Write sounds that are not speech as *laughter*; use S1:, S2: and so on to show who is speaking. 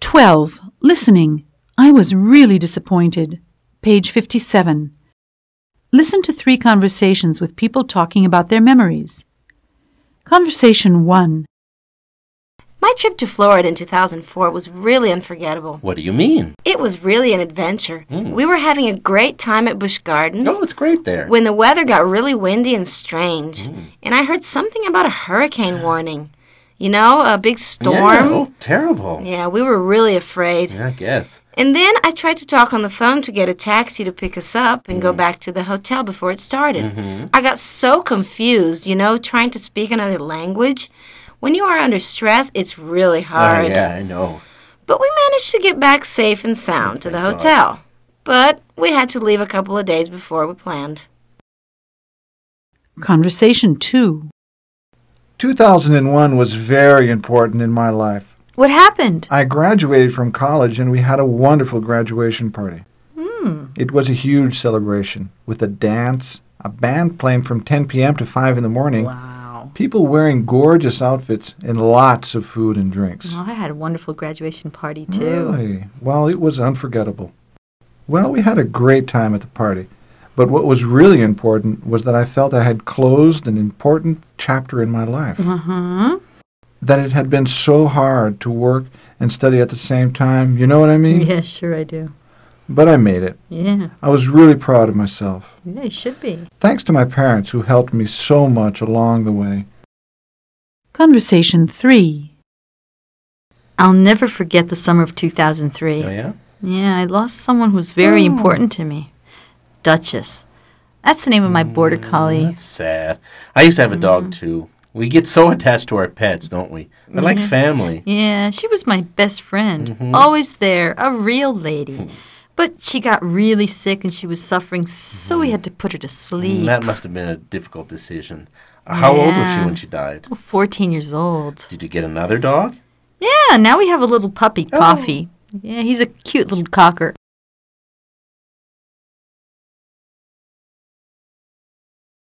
S1: 12. Listening. I was really disappointed. Page 57. Listen to three conversations with people talking about their memories. Conversation 1.
S2: My trip to Florida in 2004 was really unforgettable.
S3: What do you mean?
S2: It was really an adventure. We were having a great time at Busch Gardens
S3: Oh, it's great Hmm. there. Hmm.
S2: when the weather got really windy and strange. And I heard something about a
S3: *gasps*
S2: hurricane warning. You know, a big storm.
S3: Yeah, oh, terrible.
S2: Yeah, we were really afraid.
S3: Yeah, I guess.
S2: And then I tried to talk on the phone to get a taxi to pick us up and go
S3: Hmm.
S2: back to the hotel before it started.
S3: Mm-hmm.
S2: I got so confused, you know, trying to speak another language. When you are under stress, it's really hard.
S3: Oh, yeah, I know.
S2: But we managed to get back safe and sound to the hotel. But we had to leave a couple of days before we planned.
S1: Conversation 2.
S4: 2001 was very important in my life.
S5: What happened?
S4: I graduated from college and we had a wonderful graduation party.
S2: Hmm.
S4: It was a huge celebration with a dance, a band playing from 10 p.m. to 5 in the morning,
S5: Wow.
S4: people wearing gorgeous outfits, and lots of food and drinks.
S5: Well, I had a wonderful graduation party too.
S4: Really? Well, it was unforgettable. Well, we had a great time at the party, but what was really important was that I felt I had closed an important chapter in my life.
S5: Uh-huh.
S4: That it had been so hard to work and study at the same time. You know what I mean?
S5: Yeah, sure I do.
S4: But I made it.
S5: Yeah.
S4: I was really proud of myself.
S5: Yeah, you should be.
S4: Thanks to my parents who helped me so much along the way.
S1: Conversation 3.
S5: I'll never forget the summer of 2003.
S3: Oh, yeah? Oh.
S5: Yeah, I lost someone who was very important to me. Duchess. That's the name of my border collie.
S3: Mm, That's sad. I used to have a dog,
S2: Mm-hmm.
S3: too. We get so attached to our pets, don't we? They're like
S2: Mm-hmm.
S3: family.
S5: Yeah, she was my best friend.
S3: Mm-hmm.
S5: Always there, a real
S3: Mm.
S5: lady. But she got really sick and she was suffering, so we had to put her to sleep.
S3: Mm, That must have been a difficult decision. How old was she
S5: Yeah.
S3: when she died?
S5: 14 Oh, years old.
S3: Did you get another dog? Oh.
S5: Yeah, now we have a little puppy, Coffee. Yeah, he's a cute little cocker.